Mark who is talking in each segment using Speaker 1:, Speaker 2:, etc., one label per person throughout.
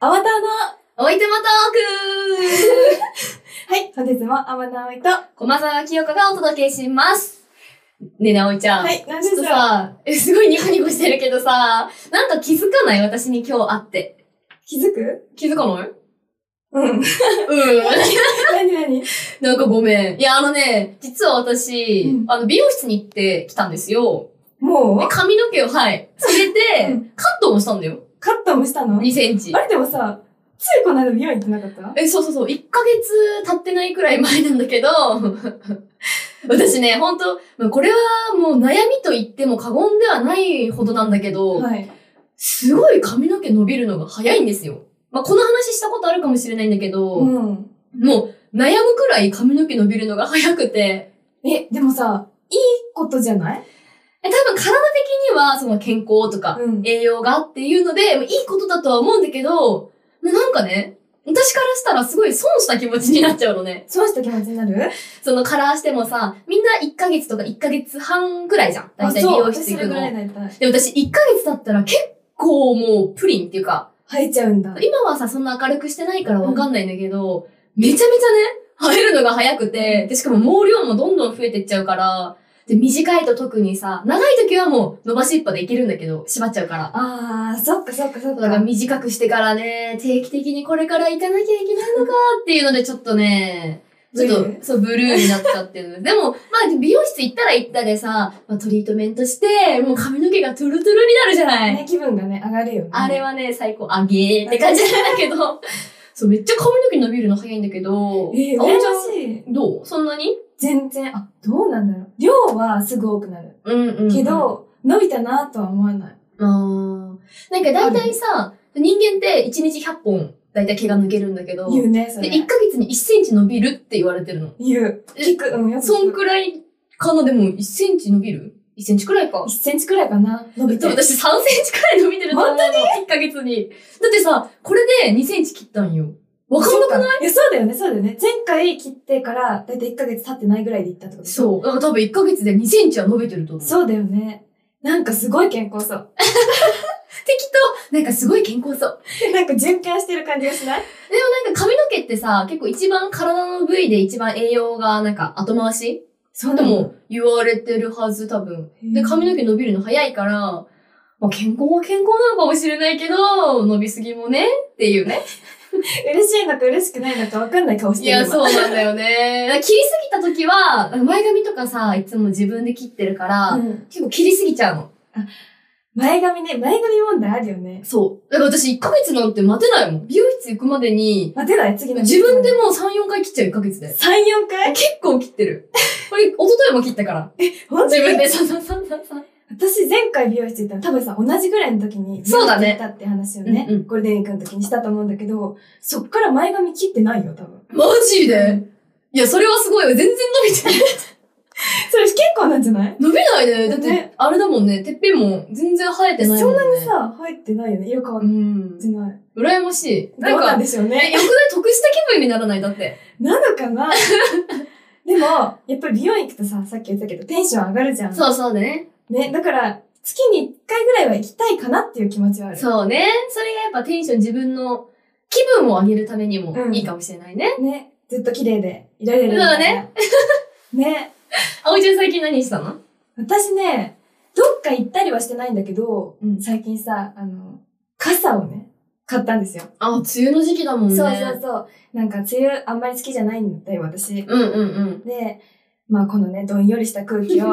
Speaker 1: アバターの、
Speaker 2: おいてまトーク
Speaker 1: はい、本日もアバターおいと、は
Speaker 2: 駒沢清香がお届けします。ねえなおいちゃん。
Speaker 1: い、何で
Speaker 2: ちょ
Speaker 1: す
Speaker 2: っと
Speaker 1: か
Speaker 2: さ、えすごいニコニコしてるけどさ、なんか気づかない私に今日会って。
Speaker 1: 気づく
Speaker 2: 気づかない
Speaker 1: うん。
Speaker 2: うん。
Speaker 1: 何何
Speaker 2: なんかごめん。いや、あのね、実は私、
Speaker 1: うん
Speaker 2: あの、美容室に行ってきたんですよ。
Speaker 1: も
Speaker 2: で
Speaker 1: う
Speaker 2: 髪の毛を、はい。つけて、
Speaker 1: うん
Speaker 2: カットもしたんだよ。
Speaker 1: カットもしたの
Speaker 2: 2センチ
Speaker 1: あ。れでもさ、ついこの間美容院行ってなかった
Speaker 2: え、そうそうそう。1ヶ月経ってないくらい前なんだけど、 私ね、ほんと、まあこれはもう悩みと言っても過言ではないほどなんだけど、
Speaker 1: はい。
Speaker 2: すごい髪の毛伸びるのが早いんですよ。まあ、この話したことあるかもしれないんだけど、
Speaker 1: うん。
Speaker 2: もう悩むくらい髪の毛伸びるのが早くて、
Speaker 1: え、でもさ、いいことじゃない
Speaker 2: え多分体的にはその健康とか、
Speaker 1: うん
Speaker 2: 栄養がっていうので、まあいいことだとは思うんだけど、ななんかね、私からしたらすごい損した気持ちになっちゃうのね。
Speaker 1: そうした気持ちになる
Speaker 2: そのカラーしてもさ、みんな1ヶ月とか1ヶ月半くらいじゃん。大体美容室
Speaker 1: 私そ
Speaker 2: 行く
Speaker 1: れぐ
Speaker 2: の
Speaker 1: ら。いだったら
Speaker 2: で、私1ヶ月だったら結構もうプリンっていうか、
Speaker 1: 生えちゃうんだ。
Speaker 2: 今はさ、そんな明るくしてないからわかんないんだけど、めちゃめちゃね、生えるのが早くて、で、しかも毛量もどんどん増えてっちゃうから、で、短いと特にさ、長い時はもう伸ばしっぱでいけるんだけど、縛っちゃうから。
Speaker 1: あー、そっかそっかそっ
Speaker 2: だから
Speaker 1: か。
Speaker 2: 短くしてからね、定期的にこれから行かなきゃいけないのかっていうので、ちょっとね、ちょっ
Speaker 1: ブル
Speaker 2: と、そう、ブルーになっちゃっ てる。でも、まあ、美容室行ったら行ったでさ、まあ、トリートメントして、もう髪の毛がトゥルトゥルになるじゃない。
Speaker 1: ね、気分がね、上がるよね。
Speaker 2: あれ。はね、最高、あげーって感じなんだ けど、そう、めっちゃ髪の毛伸びるの早いんだけど、
Speaker 1: えー、
Speaker 2: あお
Speaker 1: 羨
Speaker 2: んちゃん
Speaker 1: ましい。
Speaker 2: どうそんなに
Speaker 1: 全然、あ、どうなんだろう。量はすぐ多くなる。
Speaker 2: うんう
Speaker 1: け、ど、伸びたなとは思わない。
Speaker 2: あーなんか大体さ、人間って1日100本、大体毛が抜けるんだけど、
Speaker 1: 言うね、そ
Speaker 2: で、
Speaker 1: れ。
Speaker 2: 1ヶ月に1センチ伸びるって言われてるの。
Speaker 1: 言う。
Speaker 2: え
Speaker 1: 聞く。うん、よく
Speaker 2: そ
Speaker 1: 聞
Speaker 2: ん
Speaker 1: く。
Speaker 2: くらいかなでも1センチ伸びる ?1 センチくらいか
Speaker 1: 1。センチくらいかな伸びて
Speaker 2: そう、。私3センチくらい伸びてると思うの。1ヶ月に。だってさ、これで2センチ切ったんよ。わかんなくない
Speaker 1: いや、そうだよね、そうだよね。前回切ってから、だいたい1ヶ月経ってないぐらいで行ったってことう。
Speaker 2: そう。だから多分1ヶ月で2センチは伸びてると思う。
Speaker 1: そうだよね。なんかすごい健康そう。
Speaker 2: 適当なんかすごい健康そう。
Speaker 1: なんか循環してる感じがしない
Speaker 2: でもなんか髪の毛ってさ、結構一番体の部位で一番栄養がなんか後回し
Speaker 1: そう
Speaker 2: とも言われてるはず、多分。で、髪の毛伸びるの早いから、まあ、健康は健康なのかもしれないけど、伸びすぎもね、っていうね。
Speaker 1: 毛。嬉しいのか嬉しくないのか分かんない顔し
Speaker 2: い
Speaker 1: てる。
Speaker 2: や、
Speaker 1: 今
Speaker 2: そうなんだよね。だから切りすぎた時は、前髪とかさ、いつも自分で切ってるから、
Speaker 1: うん。
Speaker 2: 結構切りすぎちゃうの。
Speaker 1: 前髪ね、前髪問題あるよね。
Speaker 2: そう。だから私1ヶ月なんて待てないもん。美容室行くまでに、
Speaker 1: 待てない次の。
Speaker 2: 自分で。もう3、4回切っちゃう1ヶ月で。
Speaker 1: 3、4回
Speaker 2: 結構切ってる。これ、一昨日も切っ たから。
Speaker 1: 本当
Speaker 2: 自
Speaker 1: に
Speaker 2: 分で、さささささ。
Speaker 1: 私前回美容室行ったの多分さ、同じぐらいの時に
Speaker 2: そうだね
Speaker 1: 美容室行ったって話をね、
Speaker 2: うんうん
Speaker 1: ゴールデンウィークの時にしたと思うんだけど、そっから前髪切ってないよ、多分。
Speaker 2: マジでいや、それはすごい。全然伸びてない。
Speaker 1: それ結構なんじゃない
Speaker 2: 伸びないね。だって
Speaker 1: ね、
Speaker 2: あれだもんね。てっぺんも全然生えてないもんね。
Speaker 1: そんなにさ、入ってないよね。色変わ
Speaker 2: う
Speaker 1: っ
Speaker 2: ん。
Speaker 1: てない。
Speaker 2: 羨ましい。な
Speaker 1: どうなんん
Speaker 2: か、
Speaker 1: でしょう
Speaker 2: え、
Speaker 1: ね。
Speaker 2: よくない得した気分にならないだって。
Speaker 1: なのか なでも、やっぱり美容院行くとさ、さっき言ったけど、テンション上がるじゃん。
Speaker 2: そうそうね。
Speaker 1: ね、だから、月に1回ぐらいは行きたいかなっていう気持ちはある。
Speaker 2: そうね。それがやっぱテンション自分の気分を上げるためにも
Speaker 1: うん
Speaker 2: いいかもしれないね。
Speaker 1: ね、ずっと綺麗でいられるみたいな。 ね。
Speaker 2: あおいちゃん最近何したの
Speaker 1: 私ね、どっか行ったりはしてないんだけど、
Speaker 2: うん
Speaker 1: 最近さ、あの、傘をね、買ったんですよ。
Speaker 2: あ、梅雨の時期だもんね。
Speaker 1: そうそう。そう。なんか、梅雨あんまり好きじゃないんだよ、私。
Speaker 2: うんうんうん。
Speaker 1: で、まあこのね、どんよりした空気 を、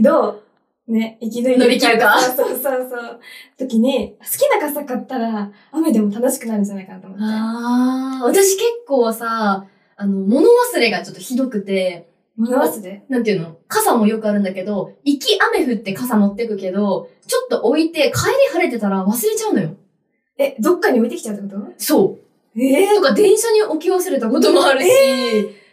Speaker 1: どう、ね、生き抜いていく
Speaker 2: 乗り切るか
Speaker 1: そうそうそうそう。時に、好きな傘買ったら、雨でも楽しくなるんじゃないかなと思って。
Speaker 2: ああ、私結構さ、あの、物忘れがちょっとひどくて、
Speaker 1: 物忘れ
Speaker 2: なんていうの傘もよくあるんだけど、行き雨降って傘持ってくけど、ちょっと置いて帰り晴れてたら忘れちゃうのよ。
Speaker 1: え、どっかに置いてきちゃうってこと
Speaker 2: そ
Speaker 1: え
Speaker 2: う。とか電車に置き忘れたこともあるし、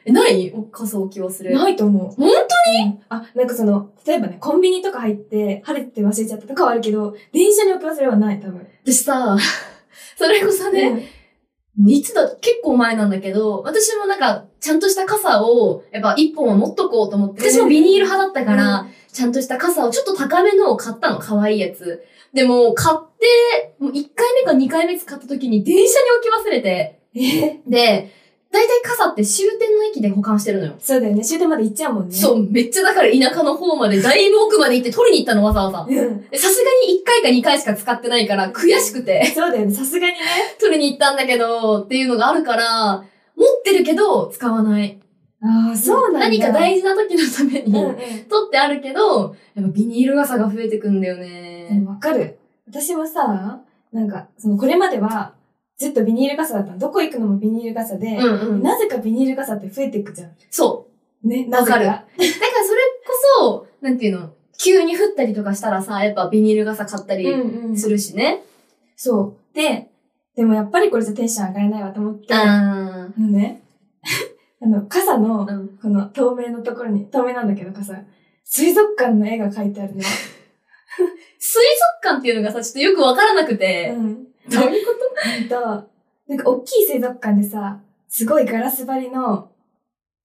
Speaker 2: え、ないお傘置き忘れ。
Speaker 1: ないと思う。
Speaker 2: 本
Speaker 1: 当に、あ、なんかその、例えばね、コンビニとか入って、晴れて忘れちゃったとか はあるけど、電車に置き忘れはない、多分。
Speaker 2: 私さ、それこそね、
Speaker 1: ね。
Speaker 2: いつだ、結構前なんだけど、私もなんか、ちゃんとした傘を、やっぱ一本は持っとこうと思って、私もビニール派だったから、ちゃんとした傘をちょっと高めのを買ったの、可愛いやつ。でも、買って、もう1回目か2回目使った時に電車に置き忘れて、
Speaker 1: え
Speaker 2: で、大体傘って終点の駅で保管してるのよ。
Speaker 1: そうだよね。終点まで行っちゃうもんね。
Speaker 2: そう、めっちゃだから田舎の方まで、だいぶ奥まで行って取りに行ったの、わざわざ。
Speaker 1: うん。
Speaker 2: でさすがに1回か2回しか使ってないから、悔しくて。
Speaker 1: そうだよね。さすがにね。
Speaker 2: 取りに行ったんだけど、っていうのがあるから、持ってるけど、使わない。
Speaker 1: ああ、そうなんだ。
Speaker 2: 何か大事な時のために、
Speaker 1: うんうん。
Speaker 2: 取ってあるけど、やっぱビニール傘が増えてくんだよ
Speaker 1: で
Speaker 2: ね。
Speaker 1: もわかる。私もさ、なんか、その、これまでは、ずっとビニール傘だったの。どこ行くのもビニール傘で、
Speaker 2: うんうん。
Speaker 1: なぜかビニール傘って増えていくじゃん。
Speaker 2: そ
Speaker 1: ね、なぜ
Speaker 2: わかう。だからそれこそ、なんていうの、急に降ったりとかしたらさ、やっぱビニール傘買った
Speaker 1: う
Speaker 2: り
Speaker 1: んうん。
Speaker 2: するしね。
Speaker 1: そう。で、でもやっぱりこれじゃテンション上がれないわと思って、あ
Speaker 2: あ
Speaker 1: のね、 あの、傘の
Speaker 2: ー、、うん。
Speaker 1: この透明のところに、透明なんだけど傘、水族館の絵が描いてあるね。
Speaker 2: 水族館っていうのがさ、ちょっとよくわからなくて、
Speaker 1: うん。
Speaker 2: どういうこと
Speaker 1: ほんと、なんか大きい水族館でさ、すごいガラス張りの、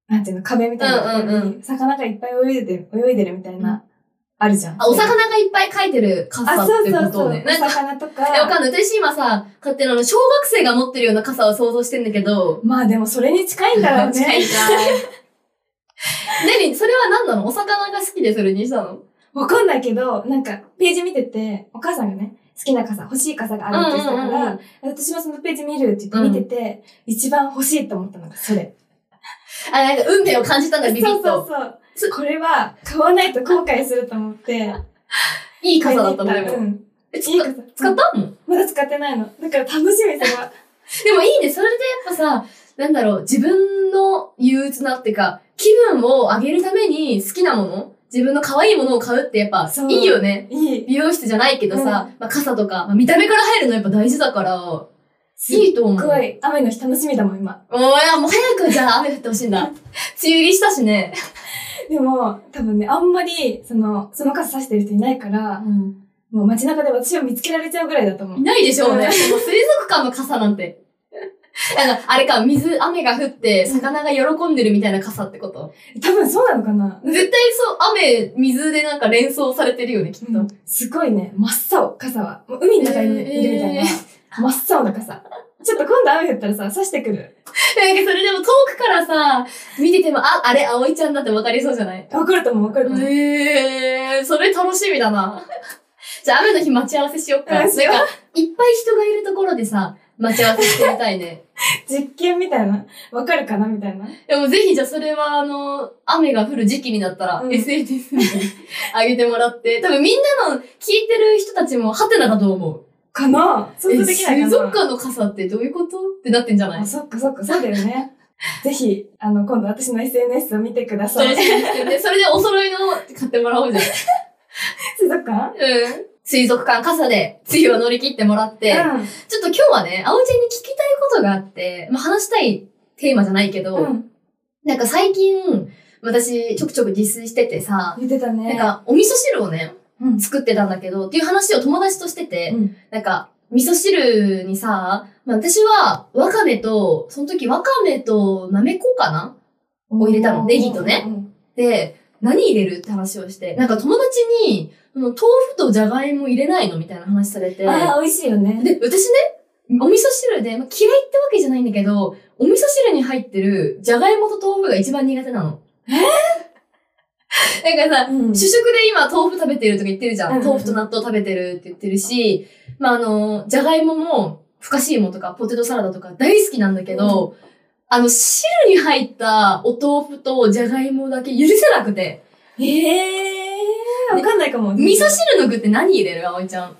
Speaker 1: なんていうの、壁みたいなところ
Speaker 2: うんうん
Speaker 1: に、魚がいっぱい泳いでる、泳いでるみたいな、あるじゃん。
Speaker 2: あ、お魚がいっぱい描いてる傘
Speaker 1: あ、
Speaker 2: っ
Speaker 1: そう
Speaker 2: て
Speaker 1: そう
Speaker 2: こと
Speaker 1: そう。
Speaker 2: を
Speaker 1: お
Speaker 2: ね。なんか
Speaker 1: 魚と
Speaker 2: え、わか
Speaker 1: か、
Speaker 2: んない。私今さ、勝手にあの、小学生が持ってるような傘を想像してんだけど。
Speaker 1: まあでもそれに近いんだろう
Speaker 2: 近
Speaker 1: ね。
Speaker 2: いかい。何それは何なのお魚が好きでそれにしたの
Speaker 1: わかんないけど、なんか、ページ見てて、お母さんがね、好きな傘、欲しい傘があるって言ってたから、
Speaker 2: うんうんうん
Speaker 1: 私もそのページ見るって言って見てて、一番欲しいと思ったのがそれ。
Speaker 2: あ、なんか運命を感じたんだ、ビビッと。
Speaker 1: そうそうそう。これは、買わないと後悔すると思って、
Speaker 2: いい傘だったの、
Speaker 1: 買
Speaker 2: で
Speaker 1: いに行う
Speaker 2: も。
Speaker 1: ん。
Speaker 2: え
Speaker 1: いい
Speaker 2: 使っ
Speaker 1: 傘。
Speaker 2: 使ったの
Speaker 1: まだ使ってないの。だから楽しみ、それ は。
Speaker 2: でもいいね。それでやっぱさ、なんだろう、自分の憂鬱なってか、気分を上げるために好きなもの自分の可愛いものを買うってやっぱ
Speaker 1: そ、う
Speaker 2: いいよね。
Speaker 1: いい。
Speaker 2: 美容室じゃないけどさ、
Speaker 1: うん
Speaker 2: まあ、傘とか、まあ、見た目から入るのやっぱ大事だから、
Speaker 1: す
Speaker 2: いいと思う。
Speaker 1: っごい、雨の日楽しみだもん、今。
Speaker 2: おいや、もう早くじゃあ雨降ってほしい んだ。梅雨入りしたしね。
Speaker 1: でも、多分ね、あんまり、その、その傘差してる人いないから、もう街中で私を見つけられちゃうぐらいだと思う
Speaker 2: い。ないでしょうね。もう水族館の傘なんて。なんか、あれか、水、雨が降って、魚が喜んでるみたいな傘ってこと。
Speaker 1: 多分そうなのかな
Speaker 2: 絶対そう、雨、水でなんか連想されてるよね、きっと。
Speaker 1: うんすごいね、真っ青、傘は。もう海の中にいるみたいな。
Speaker 2: えー
Speaker 1: 真っ青な傘。ちょっと今度雨降ったらさ、差してくる。
Speaker 2: なんかそれでも遠くからさ、見てても、あ、あれ、葵ちゃんだってわかりそうじゃない
Speaker 1: わかると思う、わかると思う。
Speaker 2: えー、それ楽しみだな。じゃあ雨の日待ち合わせしよっか。
Speaker 1: う
Speaker 2: なんん
Speaker 1: し
Speaker 2: か、
Speaker 1: よ
Speaker 2: いっぱい人がいるところでさ、待ち合わせしてみたいね。
Speaker 1: 実験みたいな。わかるかなみたいな。
Speaker 2: でもぜひじゃあそれはあの、雨が降る時期になったら、
Speaker 1: うん
Speaker 2: SNS に 上げてもらって、多分みんなの聞いてる人たちもハテナだと思う。
Speaker 1: かな想像できないかな
Speaker 2: 水族館の傘ってどういうことってなってんじゃない
Speaker 1: あ、そっかそっか、そうだよね。 ぜひ、あの、今度私の SNS を見てくださ
Speaker 2: 楽
Speaker 1: い。
Speaker 2: しみにしてて、それでお揃いの買ってもらおうじゃん。
Speaker 1: 水族館
Speaker 2: うん。水族館傘で梅雨を乗り切ってもらって、ちょっと今日はね、葵ちゃんに聞きたいことがあって、まあ、話したいテーマじゃないけど、
Speaker 1: うん。うん。
Speaker 2: なんか最近、私ちょくちょく自炊しててさ、
Speaker 1: 言ってた
Speaker 2: なん
Speaker 1: ね。
Speaker 2: かお味噌汁をね、
Speaker 1: うん。
Speaker 2: 作ってたんだけど、っていう話を友達としてて、
Speaker 1: うん
Speaker 2: なんか、味噌汁にさ、まあ私は、わかめと、その時わかめと、なめこかなを入れたのネギとね
Speaker 1: うん。
Speaker 2: で、何入れるって話をして、なんか友達に、その豆腐とじゃがいも入れないのみたいな話されて、
Speaker 1: ああ、美味しいよね。
Speaker 2: で、私ね、お味噌汁で、まあ、嫌いってわけじゃないんだけど、お味噌汁に入ってる、じゃがいもと豆腐が一番苦手なの。えなんかさ、
Speaker 1: うん
Speaker 2: 主食で今豆腐食べてるとか言ってるじゃ
Speaker 1: うん
Speaker 2: ん。
Speaker 1: うん
Speaker 2: 豆腐と納豆食べてるって言ってるし、まああの、じゃがいもも、ふかしいもとかポテトサラダとか大好きなんだけど、あの、汁に入ったお豆腐とじゃがいもだけ許せなくて。
Speaker 1: ええー、わかんないかも。
Speaker 2: 味噌汁の具って何入れる葵ちゃん。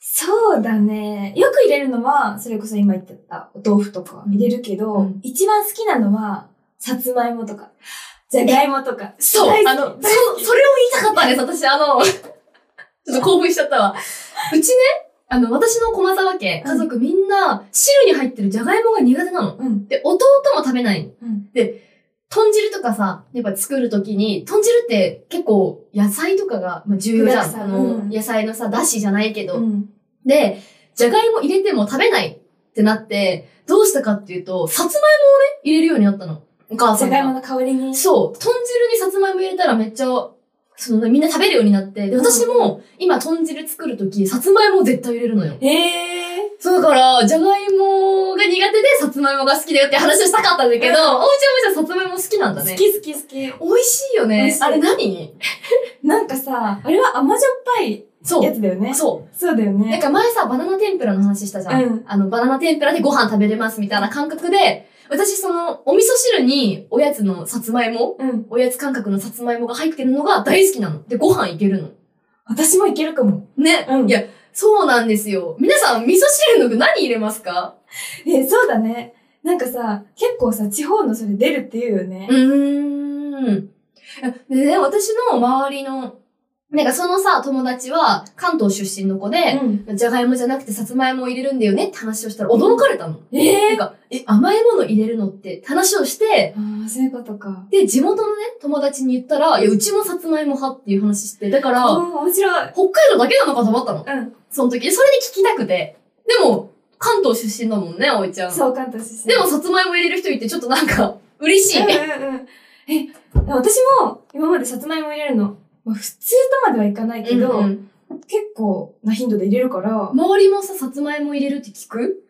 Speaker 1: そうだね。よく入れるのは、それこそ今言ってたお豆腐とか入れるけど、
Speaker 2: うん
Speaker 1: 一番好きなのは、さつまいもとか、じゃがいもとか。
Speaker 2: そう
Speaker 1: 大好き
Speaker 2: あの、そ、
Speaker 1: 大好き
Speaker 2: それを言いたかったんです、私。あの、ちょっと興奮しちゃったわ。うちね、あの、私の駒沢家、家族みんな、汁に入ってるじゃがいもが苦手なの。
Speaker 1: うん。
Speaker 2: で、弟も食べない。
Speaker 1: うん
Speaker 2: で、豚汁とかさ、やっぱ作るときに、豚汁って結構野菜とかがまあ重要じ
Speaker 1: 具だ
Speaker 2: ゃ
Speaker 1: く
Speaker 2: ん。
Speaker 1: さん
Speaker 2: あの、
Speaker 1: うん
Speaker 2: 野菜のさ、だしじゃないけど。
Speaker 1: うん。
Speaker 2: で、じゃがいも入れても食べないってなって、どうしたかっていうと、さつまいもをね、入れるようになったの。お母さ
Speaker 1: じゃ
Speaker 2: ん
Speaker 1: がいも
Speaker 2: が。
Speaker 1: の香りに。
Speaker 2: そう、豚汁にさつまいも入れたらめっちゃ、そのみんな食べるようになって、で、私も今豚汁作るとき、さつまいもを絶対入れるのよ。
Speaker 1: ええ
Speaker 2: そうだから、じゃがいもが苦手でさつまいもが好きだよって話をしたかったんだけど、
Speaker 1: うん
Speaker 2: おうちはおうちはさつまいも好きなんだ
Speaker 1: 好
Speaker 2: ね。
Speaker 1: き好き好き。
Speaker 2: 美味しいよ
Speaker 1: 美
Speaker 2: ね
Speaker 1: 味し。い
Speaker 2: あれ何
Speaker 1: なんかさ、あれは甘じょっぱい
Speaker 2: そ
Speaker 1: や
Speaker 2: う。
Speaker 1: つだよね。
Speaker 2: そ
Speaker 1: そうだよ
Speaker 2: う。なん
Speaker 1: ね。
Speaker 2: か前さ、バナナ天ぷらの話したじゃん。
Speaker 1: うん
Speaker 2: あの、バナナ天ぷらでご飯食べれますみたいな感覚で、私その、お味噌汁におやつのさつまいも、
Speaker 1: うん。
Speaker 2: おやつ感覚のさつまいもが入ってるのが大好きなの。で、ご飯いけるの。
Speaker 1: 私もいけるかも。
Speaker 2: ね。
Speaker 1: うん
Speaker 2: いや、そうなんですよ。皆さん、味噌汁の具何入れますか
Speaker 1: えー、そうだね。なんかさ、結構さ、地方のそれ出るって言うよね
Speaker 2: う。ーん。でね、私の周りの、なんかそのさ、友達は関東出身の子で、
Speaker 1: ん。
Speaker 2: じゃがいもじゃなくてさつまいもを入れるんだよねって話をしたら驚かれたの。
Speaker 1: え
Speaker 2: なん
Speaker 1: え
Speaker 2: か、え、甘いもの入れるのってって話をして、
Speaker 1: ああ、そういうことか。
Speaker 2: で、地元のね、友達に言ったら、いや、うちもさつまいも派っていう話して、だから、
Speaker 1: うん、面白い。
Speaker 2: 北海道だけなのかと思ったの。
Speaker 1: うん。
Speaker 2: その時、それで聞きたくて。でも、関東出身だもんね、おいちゃん。
Speaker 1: そう、関東出身。
Speaker 2: でも、さつまいも入れる人いて、ちょっとなん か、嬉しい。
Speaker 1: うんうんうん。え、私も今までさつまいも入れるの、まあ、普通とまではいかないけど、
Speaker 2: うんうん
Speaker 1: 結構な頻度で入れるから、
Speaker 2: 周りもさ、さつまいも入れるって聞く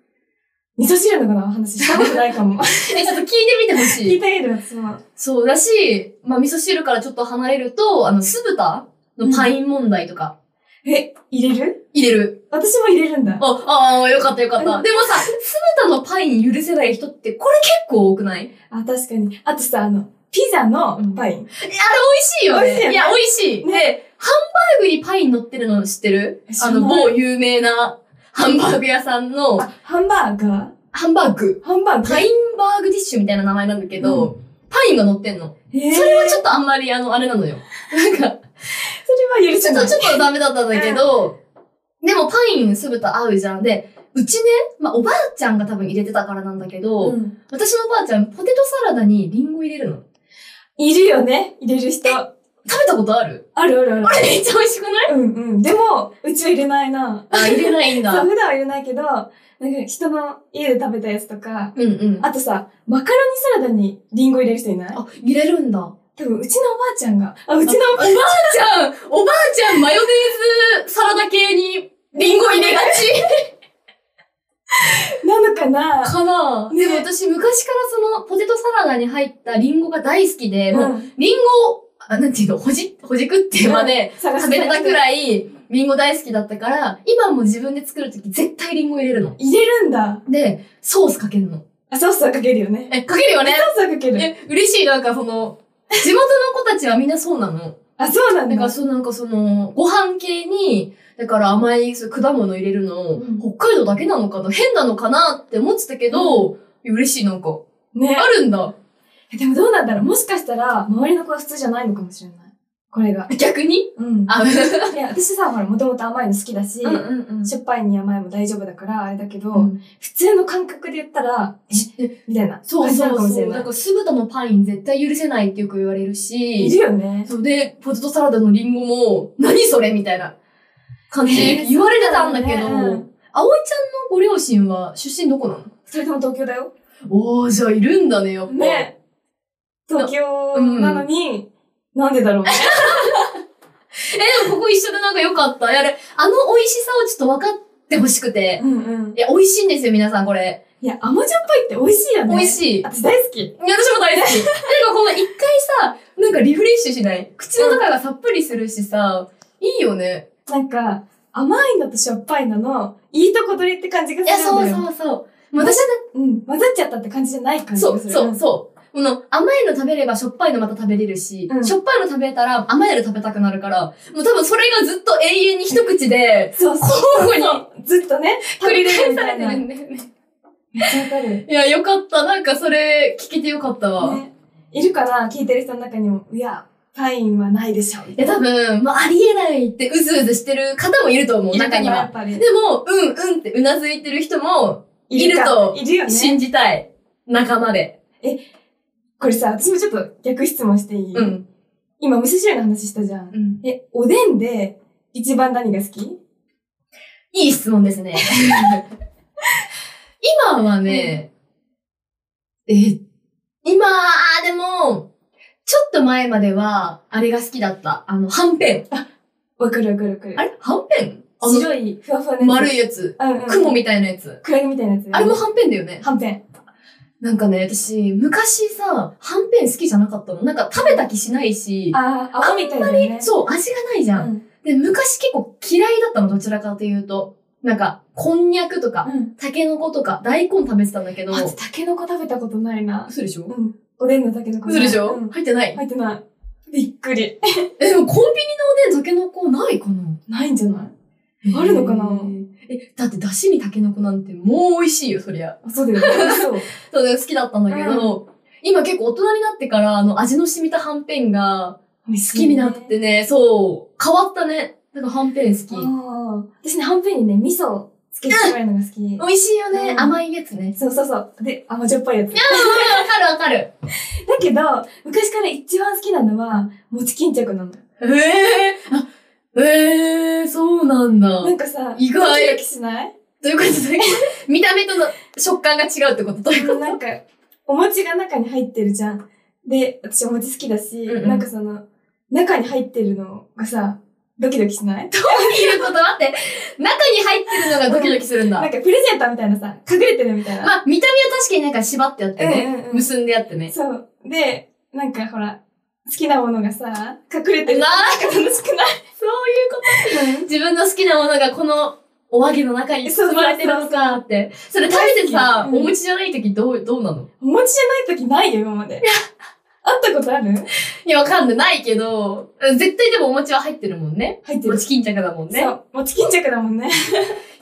Speaker 1: 味噌汁のかな話したことないかも。
Speaker 2: え、ちょっと聞いてみてほし
Speaker 1: 聞い
Speaker 2: い。
Speaker 1: てみる私も。
Speaker 2: そうだし、まあ、味噌汁からちょっと離れると、あの、酢豚のパイン問題とか、
Speaker 1: え、入れる
Speaker 2: 入れる。
Speaker 1: 私も入れるんだ。
Speaker 2: あ、ああ、よかったよかった。
Speaker 1: うん
Speaker 2: でもさ、酢豚のパイン許せない人って、これ結構多くない
Speaker 1: あ、確かに。あとさ、あの、ピザのパイン。
Speaker 2: いや、あれ美味しいよね。
Speaker 1: 美味しいよね
Speaker 2: や、美味しい。
Speaker 1: ね
Speaker 2: で、ハンバーグにパイン乗ってるの知ってる
Speaker 1: 知
Speaker 2: あ
Speaker 1: らない
Speaker 2: の、某有名なハンバーグ屋さんの、
Speaker 1: あ、ハンバーガ
Speaker 2: ハンバーグ。
Speaker 1: ーハンバーグ
Speaker 2: パインバーグディッシュみたいな名前なんだけど、
Speaker 1: う
Speaker 2: パインが乗ってんの。
Speaker 1: えー、
Speaker 2: それはちょっとあんまり、あの、あれなのよ。なんか、
Speaker 1: それは許
Speaker 2: ち
Speaker 1: せ
Speaker 2: ょっ
Speaker 1: な
Speaker 2: と、
Speaker 1: い。
Speaker 2: ちょっとダメだったんだけど、でもパイン酢豚合うじゃん。で、うちね、まあ、おばあちゃんが多分入れてたからなんだけど、
Speaker 1: うん
Speaker 2: 私のおばあちゃん、ポテトサラダにリンゴ入れるの。
Speaker 1: いるよね、入れる人。あ
Speaker 2: 食べたことある
Speaker 1: るあるある。
Speaker 2: あれ めっちゃ美味しくない
Speaker 1: うんうん。でも、うちは入れないな。
Speaker 2: あ、入れないん
Speaker 1: そう、
Speaker 2: だ。
Speaker 1: 普段は入れないけど、なんか人の家で食べたやつとか、
Speaker 2: うんうん。
Speaker 1: あとさ、マカロニサラダにリンゴ入れる人いない
Speaker 2: あ、入れるんだ。
Speaker 1: 多分、うちのおばあちゃんが。あ、うちのおばあち
Speaker 2: じゃんおばあちゃん、マヨネーズサラダ系に、リンゴ入れが ち
Speaker 1: ゃんなのかな
Speaker 2: かな、
Speaker 1: ね
Speaker 2: でも私、昔からその、ポテトサラダに入ったリンゴが大好きで、もう、
Speaker 1: ん、
Speaker 2: リンゴを、あなんていうの、ほじ、ほじくってまで、
Speaker 1: 探
Speaker 2: 食べれたく
Speaker 1: い。
Speaker 2: らい、リンゴ大好きだったから、今も自分で作るとき絶対リンゴ入れるの。
Speaker 1: 入れるんだ。
Speaker 2: で、ソースかけるの。
Speaker 1: あ、ソースはかけるよね。
Speaker 2: え、かけるよね
Speaker 1: ソースはかける。
Speaker 2: え、嬉しい、なんかその、地元の子たちはみんなそうなの。
Speaker 1: あ、そうなんだ。
Speaker 2: なんか、そう、なんかその、ご飯系に、だから甘いそう果物入れるの、
Speaker 1: うん
Speaker 2: 北海道だけなのかな変なのかなって思ってたけど、嬉しい、なんか。
Speaker 1: ね
Speaker 2: あ。るんだ。
Speaker 1: えでもどうなんだろうもしかしたら、周りの子は普通じゃないのかもしれない。これが。
Speaker 2: 逆に
Speaker 1: うん。
Speaker 2: あ、 う
Speaker 1: いや、私さ、ほら、もともと甘いの好きだし、
Speaker 2: んうん
Speaker 1: しょっぱいに甘いも大丈夫だから、あれだけど、
Speaker 2: うん
Speaker 1: 普通の感覚で言ったら、えみたいな。
Speaker 2: そう
Speaker 1: 感じな
Speaker 2: そ
Speaker 1: の
Speaker 2: う
Speaker 1: かもし
Speaker 2: そ
Speaker 1: れ
Speaker 2: う。
Speaker 1: な
Speaker 2: なん
Speaker 1: い。
Speaker 2: か酢豚のパイン絶対許せないってよく言われる
Speaker 1: いる
Speaker 2: し、
Speaker 1: よね。
Speaker 2: そうで、ポテトサラダのリンゴも、何それみたいな感じ
Speaker 1: え
Speaker 2: で
Speaker 1: ー
Speaker 2: 言われてたんだけど、
Speaker 1: そうだよねうん
Speaker 2: 葵ちゃんのご両親は出身どこなの
Speaker 1: それとも東京だよ。
Speaker 2: おー、じゃあいるんだね、やっぱ。
Speaker 1: ね。東京なのに、なんでだろうね。
Speaker 2: え、でもここ一緒でなんか良かった。いやあれ、あの美味しさをちょっと分かってほしくて。
Speaker 1: うんうん
Speaker 2: い。や、美味しいんですよ、皆さん、これ。
Speaker 1: いや、甘じょっぱいって美味しいよね。
Speaker 2: 美味しい。いや
Speaker 1: 私大好き。
Speaker 2: 私も大好き。なんかこの一回さ、なんかリフレッシュしない口の中がさっぱりするしさ、いいよね。
Speaker 1: なんか、甘いのとしょっぱいのの、いいとこ取りって感じが
Speaker 2: いや、
Speaker 1: するん
Speaker 2: そ
Speaker 1: だよ。
Speaker 2: うそうそう。もう私だっ
Speaker 1: う。ん。混ざっちゃったって感じじゃない感
Speaker 2: て、
Speaker 1: じが
Speaker 2: そ
Speaker 1: す
Speaker 2: う
Speaker 1: る。
Speaker 2: そうそう。この甘いの食べればしょっぱいのまた食べれるし、
Speaker 1: うん
Speaker 2: しょっぱいの食べたら甘いの食べたくなるから、もう多分それがずっと永遠に一口で、
Speaker 1: そうそう。
Speaker 2: 交互に
Speaker 1: そうずっとね、
Speaker 2: 繰り
Speaker 1: れる
Speaker 2: 返
Speaker 1: み
Speaker 2: さ
Speaker 1: た
Speaker 2: れ
Speaker 1: い
Speaker 2: て
Speaker 1: な。
Speaker 2: る
Speaker 1: めっ
Speaker 2: んだよね。
Speaker 1: ちゃ わかる。
Speaker 2: いや、よかった。なんかそれ聞けてよかったわ。
Speaker 1: ね、いるかな聞いてる人の中にも、いや、パインはないでしょ。み
Speaker 2: いや、
Speaker 1: た
Speaker 2: 多分、まあ、ありえないってうずうずしてる方もいると思う、
Speaker 1: いな
Speaker 2: 中に
Speaker 1: やっ
Speaker 2: は。
Speaker 1: ぱり。
Speaker 2: でも、うん、うんってうなずいてる人も、いる
Speaker 1: か
Speaker 2: と
Speaker 1: いるよね。
Speaker 2: 信じたい。仲間で。
Speaker 1: これさ、私もちょっと逆質問していい、
Speaker 2: うん。
Speaker 1: 今、お味噌汁の話したじゃん。
Speaker 2: うん。
Speaker 1: え、おでんで、一番何が好き
Speaker 2: いい質問ですね。今はね、え、今、でも、ちょっと前までは、あれが好きだった。あの、はんぺん。
Speaker 1: わかるわかるわかる。
Speaker 2: あれはんぺんあの、
Speaker 1: 白い、ふわふわの
Speaker 2: 丸
Speaker 1: い。
Speaker 2: いやつ。
Speaker 1: うんうん。
Speaker 2: 雲みたいなやつ。
Speaker 1: クラゲみたいなやつ、
Speaker 2: あれもはんぺんだよね。
Speaker 1: はんぺん。
Speaker 2: なんかね、私、昔さ、はんぺん好きじゃなかったの。なんか食べた気しないし、
Speaker 1: ああ、青みたいなね。
Speaker 2: そう、味がないじゃん。
Speaker 1: うん。
Speaker 2: で、昔結構嫌いだったの、どちらかというと。なんか、こんにゃくとか、
Speaker 1: うん。
Speaker 2: たけのことか、大根食べてたんだけど。
Speaker 1: あと、タケノコ食べたことないな。
Speaker 2: 嘘でしょ
Speaker 1: うん。おでんのタケノコ。
Speaker 2: 嘘でしょ、
Speaker 1: うん
Speaker 2: 入ってない。
Speaker 1: 入ってない。びっくり。
Speaker 2: え、でもコンビニのおでん、たけのこないかな
Speaker 1: ないんじゃないあるのかな
Speaker 2: へーえ、だって、だしにたけのこなんて、もう美味しいよ、そりゃ。
Speaker 1: あそうだよね。そう。
Speaker 2: そうだから好きだったんだけど、今結構大人になってから、あの、味の染みたはんぺんが、
Speaker 1: 好
Speaker 2: 好きになってね、そう、変わったね。だからはんぺん好き。
Speaker 1: ああ。私ね、はんぺんにね、味噌をつけて食べるのが好き。
Speaker 2: 美味しいよね、
Speaker 1: うん
Speaker 2: 甘いやつね。
Speaker 1: そうそうそう。で、甘じょっぱいやつ。だ
Speaker 2: わかるわかる。
Speaker 1: けど、昔から一番好きなのは、餅巾着なの。
Speaker 2: ええあ、ええそうなんだ。
Speaker 1: なんかさ、
Speaker 2: 意外
Speaker 1: ドキドキしない
Speaker 2: どういう ことだっけ見た目との食感が違うってことどういうこと
Speaker 1: なんか、お餅が中に入ってるじゃん。で、私お餅好きだし、
Speaker 2: うんうん
Speaker 1: なんかその、中に入ってるのがさ、ドキドキしない
Speaker 2: いうこと待って。中に入ってるのがドキドキするんだ。
Speaker 1: なんかプレゼントみたいなさ、隠れてるみたいな。
Speaker 2: まあ、見た目は確かになんか縛ってあってね。
Speaker 1: うんうんうん
Speaker 2: 結んであってね。
Speaker 1: そう。で、なんかほら、好きなものがさ、隠れてる。
Speaker 2: な
Speaker 1: なんか楽しくない
Speaker 2: そういうこと。自分の好きなものがこのお揚げの中に包まれてるのかって。それ食べてさ、
Speaker 1: 大好きうん
Speaker 2: お餅じゃない時どう、どうなの
Speaker 1: お餅じゃない時ないよ、今ま で。会ったことある
Speaker 2: いや、わかんない。ないけど、絶対でもお餅は入ってるもんね。
Speaker 1: 入ってる。
Speaker 2: 餅巾着だもんね
Speaker 1: そ。う。餅巾着だもんね。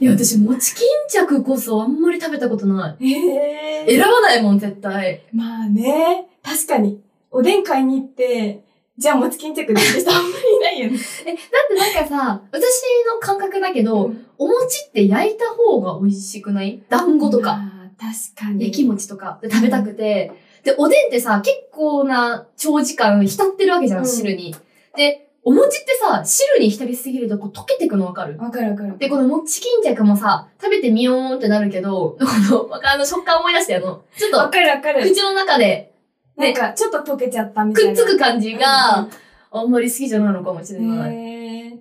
Speaker 2: いや、私、餅巾着こそあんまり食べたことない。
Speaker 1: へえ
Speaker 2: 選ばないもん、絶対。
Speaker 1: まあね、確かに。おでん買いに行って、じゃあ餅巾着でって 人あんまりいないよね。
Speaker 2: え、だってなんかさ、私の感覚だけど、お餅って焼いた方が美味しくない団子とか、
Speaker 1: まあ。確かに。
Speaker 2: 焼き餅とかで食べたくて、で、おでんってさ、結構な長時間浸ってるわけじゃん、
Speaker 1: うん
Speaker 2: 汁に。で、お餅ってさ、汁に浸りすぎるとこう溶けてくのわかる
Speaker 1: わかるわかる。
Speaker 2: で、この餅巾着もさ、食べてみよーんってなるけど、この、わかあの食感思い出して、あの、ちょっ
Speaker 1: わ
Speaker 2: と、
Speaker 1: かるわかる。
Speaker 2: 口の中で
Speaker 1: なんか、ちょっと溶けちゃったみたい
Speaker 2: く
Speaker 1: な。
Speaker 2: っつく感じが、あんまり好きじゃないのかもしれない。
Speaker 1: へえ。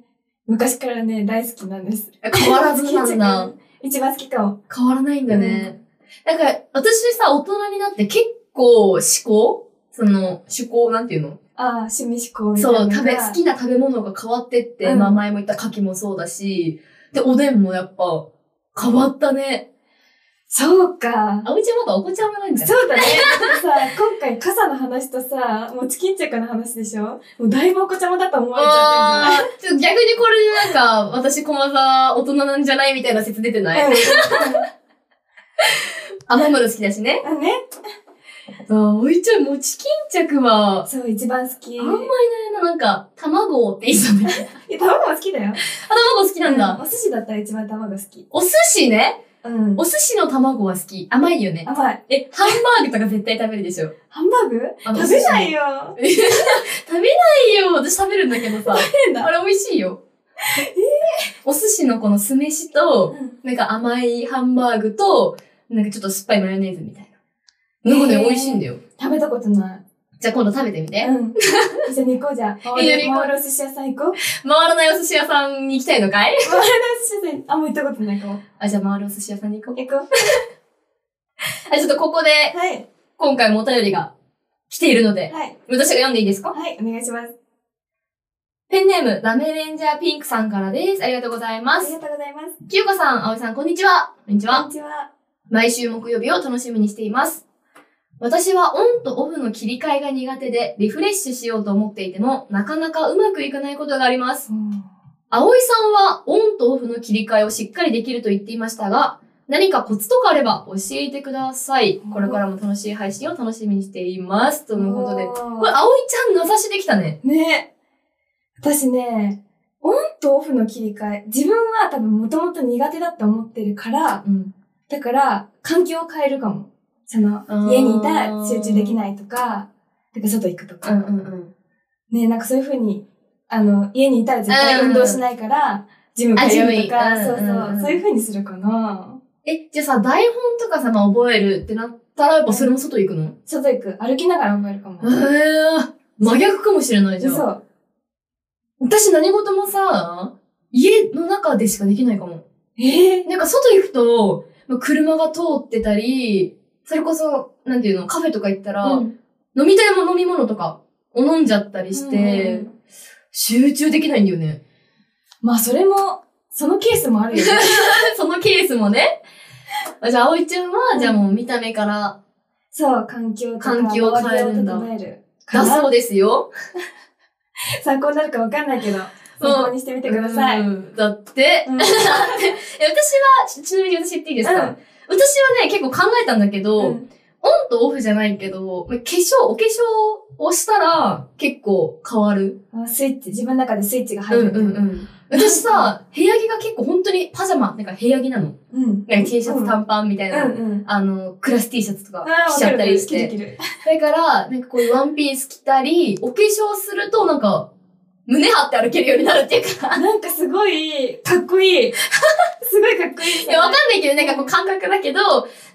Speaker 1: 昔からね、大好きなんです。
Speaker 2: 変わらずなんだ。。
Speaker 1: 一番好きかも。
Speaker 2: 変わらないんだね。なんか、私さ、大人になって結構思考その、趣向なんていうの
Speaker 1: ああ、趣味思考みたいな
Speaker 2: そ
Speaker 1: の
Speaker 2: う、
Speaker 1: が。
Speaker 2: 食べ、好きな食べ物が変わってって、
Speaker 1: うん
Speaker 2: まあ前も言った牡蠣もそうだし、で、おでんもやっぱ、変わったね。
Speaker 1: そうか。
Speaker 2: あおいちゃんまだお子ちゃまなんじゃん。
Speaker 1: そうだね。さ、今回傘の話とさ、もうチキンチェの話でしょもうだいぶお子ちゃまだと思われちゃ
Speaker 2: あーちょっと逆にこれでなんか、私駒沢大人なんじゃないみたいな説出て
Speaker 1: っ
Speaker 2: な
Speaker 1: て
Speaker 2: い
Speaker 1: るんじゃない
Speaker 2: 甘いもの好きだしね。
Speaker 1: うん。あね。
Speaker 2: あおいちゃん、餅巾着は、
Speaker 1: そう、一番好き。
Speaker 2: あんまりないな、なんか、卵って言い そうね。
Speaker 1: え、卵も好きだよ。
Speaker 2: あ、卵好きなんだ。
Speaker 1: うお寿司だったら一番卵好き。
Speaker 2: お寿司ね。
Speaker 1: うん
Speaker 2: お。寿司の卵は好き。甘いよね。
Speaker 1: 甘い。
Speaker 2: え、ハンバーグとか絶対食べるでしょ。
Speaker 1: ハンバーグ
Speaker 2: あの
Speaker 1: 食べないよ。
Speaker 2: 食べないよ。私食べるんだけどさ。
Speaker 1: 変
Speaker 2: あ
Speaker 1: だ。
Speaker 2: れ美味しいよ。お寿司のこの酢飯と、なんか甘いハンバーグと、なんかちょっと酸っぱいマヨネーズみたいな。なんかね、
Speaker 1: へー
Speaker 2: 美味しいんだよ。
Speaker 1: 食べたことない。
Speaker 2: じゃあ今度食べてみて。
Speaker 1: うん。一緒に行こうじゃん。
Speaker 2: 一緒に行こう
Speaker 1: 回るお寿司屋さん行こう。
Speaker 2: 回らないお寿司屋さんに行きたいのかい
Speaker 1: 回るお寿司屋さん、あ、もう行ったことないかも。
Speaker 2: あ、じゃあ回るお寿司屋さんに行こ
Speaker 1: 行こ
Speaker 2: う。あ、ちょっとここで、
Speaker 1: う。はい。
Speaker 2: 今回もお便りが来ているので、
Speaker 1: はい。
Speaker 2: 私が読んでいいですか
Speaker 1: はい、お願いします。
Speaker 2: ペンネーム、ラメレンジャーピンクさんからです。ありがとうございま
Speaker 1: あり
Speaker 2: す。
Speaker 1: がとうございます。
Speaker 2: きよこさん、あおいさん、こんにちは。こんにち
Speaker 1: こん
Speaker 2: は。
Speaker 1: にちは。
Speaker 2: 毎週木曜日を楽しみにしています。私はオンとオフの切り替えが苦手で、リフレッシュしようと思っていても、なかなかうまくいかないことがあります。あおいさんは、オンとオフの切り替えをしっかりできると言っていましたが、何かコツとかあれば教えてください。これからも楽しい配信を楽しみにしています。とのことで。これ、
Speaker 1: で。
Speaker 2: あおいちゃん名指しできたね。
Speaker 1: ね私ね、オンとオフの切り替え、自分は多分もともと苦手だって思ってるから、
Speaker 2: うん。
Speaker 1: だから、環境を変えるかも。その
Speaker 2: あー、
Speaker 1: 家にいたら集中できないとか、だから外行くと
Speaker 2: う
Speaker 1: か。
Speaker 2: んうんうん。
Speaker 1: ねなんかそういう風に、あの、家にいたら絶対運動しないから、ジム通
Speaker 2: あジム
Speaker 1: う
Speaker 2: いい
Speaker 1: とか、
Speaker 2: うん
Speaker 1: そう
Speaker 2: うんう
Speaker 1: そ
Speaker 2: ん
Speaker 1: う、そういう風にするかな。
Speaker 2: え、じゃあさ、台本とかさ、まあ覚えるってなったら、やっぱそれも外行くの
Speaker 1: 外行く。歩きながら覚えるかも。
Speaker 2: へえ、真逆かもしれないじゃん。
Speaker 1: そう。
Speaker 2: 私何事もさ、家の中でしかできないかも。
Speaker 1: ええ
Speaker 2: なんか外行くと、まあ車が通ってたり、それこそ、なんていうの、カフェとか行ったら、
Speaker 1: うん
Speaker 2: 飲みたいも飲み物とか、を飲んじゃったりして、
Speaker 1: うん
Speaker 2: 集中できないんだよ ね。
Speaker 1: まあ、それも、そのケースもあるよね。
Speaker 2: そのケースもね。あじゃあ、葵ちゃんは、
Speaker 1: うん
Speaker 2: じゃあもう見た目から、
Speaker 1: そう、環境とか
Speaker 2: 環境を変えるんだ
Speaker 1: 周りを整えるか
Speaker 2: だ
Speaker 1: ら
Speaker 2: そうですよ。
Speaker 1: 参考になるかわかんないけど、参考にしてみてください。うん
Speaker 2: うんだって、
Speaker 1: うん
Speaker 2: え、私は、ちちなみに私言っていいですか、
Speaker 1: うん
Speaker 2: 私はね、結構考えたんだけど、オンとオフじゃないけど、まあ化粧、お化粧をしたら結構変わる。
Speaker 1: あスイッチ、自分の中でスイッチが入るみたいな。
Speaker 2: ん。私さ、部屋着が結構本当にパジャマ、なんか部屋着なの。
Speaker 1: うん。うん
Speaker 2: なんか T シャツ短パンみたいな。
Speaker 1: うんうん。
Speaker 2: あの、クラス T シャツとか
Speaker 1: ああ、
Speaker 2: 着ちゃったりし
Speaker 1: わかる
Speaker 2: て。
Speaker 1: わかるできるできる
Speaker 2: だから、なんかこういうワンピース着たり、お化粧するとなんか、胸張って歩けるようになるっていうか。
Speaker 1: なんかすごい、かっこいい。すごいかっこいい。
Speaker 2: いや、わかんないけど、なんかこう感覚だけど、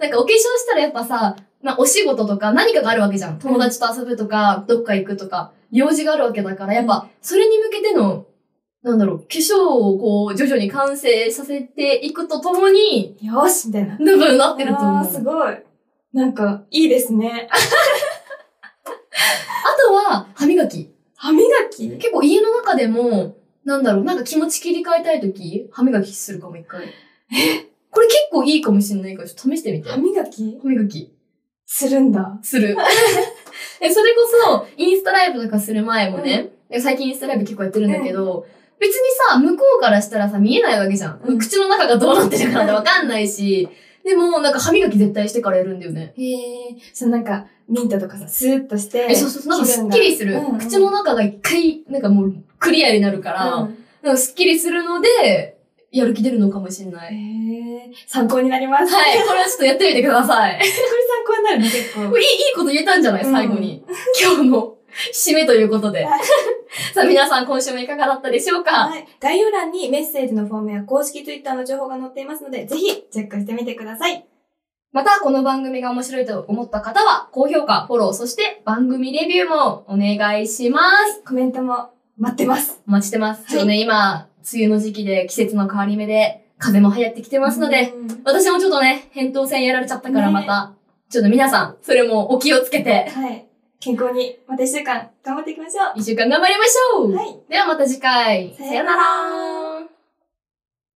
Speaker 2: なんかお化粧したらやっぱさ、まあお仕事とか何かがあるわけじゃん。友達と遊ぶとか、どっか行くとか、用事があるわけだから、やっぱそれに向けての、なんだろう、化粧をこう徐々に完成させていくとともに、
Speaker 1: よーしみたいな。
Speaker 2: 多分なってると思
Speaker 1: あ
Speaker 2: う。あ
Speaker 1: ーすごい。なんか、いいですね。
Speaker 2: とは、歯磨き。
Speaker 1: 歯磨き
Speaker 2: 結構家の中でも、なんだろう、なんか気持ち切り替えたいとき、歯磨きするかも一回。これ結構いいかもしれないから、ちょっと試してみて。
Speaker 1: 歯
Speaker 2: 歯
Speaker 1: 磨き
Speaker 2: 磨き。
Speaker 1: するんだ。
Speaker 2: する。でそれこそ、インスタライブとかする前もね、で最近インスタライブ結構やってるんだけど、別にさ、向こうからしたらさ、見えないわけじゃん。
Speaker 1: うん
Speaker 2: 口の中がどうなってるかなんてわかんないし、でも、なんか歯磨き絶対してからやるんだよね。
Speaker 1: へえ。そのなんか、ミントとかさ、スーッとして。
Speaker 2: え、そうそうそう、なんか
Speaker 1: 気
Speaker 2: ス
Speaker 1: 分
Speaker 2: ッ
Speaker 1: が
Speaker 2: キリする。
Speaker 1: うんうん
Speaker 2: 口の中が一回、なんかもう、クリアになるから、
Speaker 1: うん
Speaker 2: なんかスッキリするので、やる気出るのかもしれない。
Speaker 1: へえ、参考になります。こ
Speaker 2: はい、これはちょっとやってみてください。
Speaker 1: れ参考になるね、結構。
Speaker 2: これいい、いいこと言えたんじゃない
Speaker 1: うん
Speaker 2: 最後に。今日の締めということ で
Speaker 1: は。
Speaker 2: さあ皆さん今週もいかがだったでしょうか
Speaker 1: はい。概要欄にメッセージのフォームや公式 Twitter の情報が載っていますので、ぜひチェックしてみてください。
Speaker 2: またこの番組が面白いと思った方は高評価、フォロー、そして番組レビューもお願いします。
Speaker 1: コメントも待ってます。
Speaker 2: お待ちしてます。
Speaker 1: はい
Speaker 2: ちょっとね、今、梅雨の時期で季節の変わり目で風邪も流行ってきてますので、
Speaker 1: うん。
Speaker 2: 私もちょっとね、扁桃腺やられちゃったから
Speaker 1: ね
Speaker 2: また、ちょっと皆さん、それもお気をつけて、
Speaker 1: はい。健康に、また一週間頑張っていきましょ
Speaker 2: 一週間頑張りましょう、
Speaker 1: う。はい。
Speaker 2: ではまた次回、
Speaker 1: さ
Speaker 2: さよ
Speaker 1: よ
Speaker 2: な
Speaker 1: な
Speaker 2: ら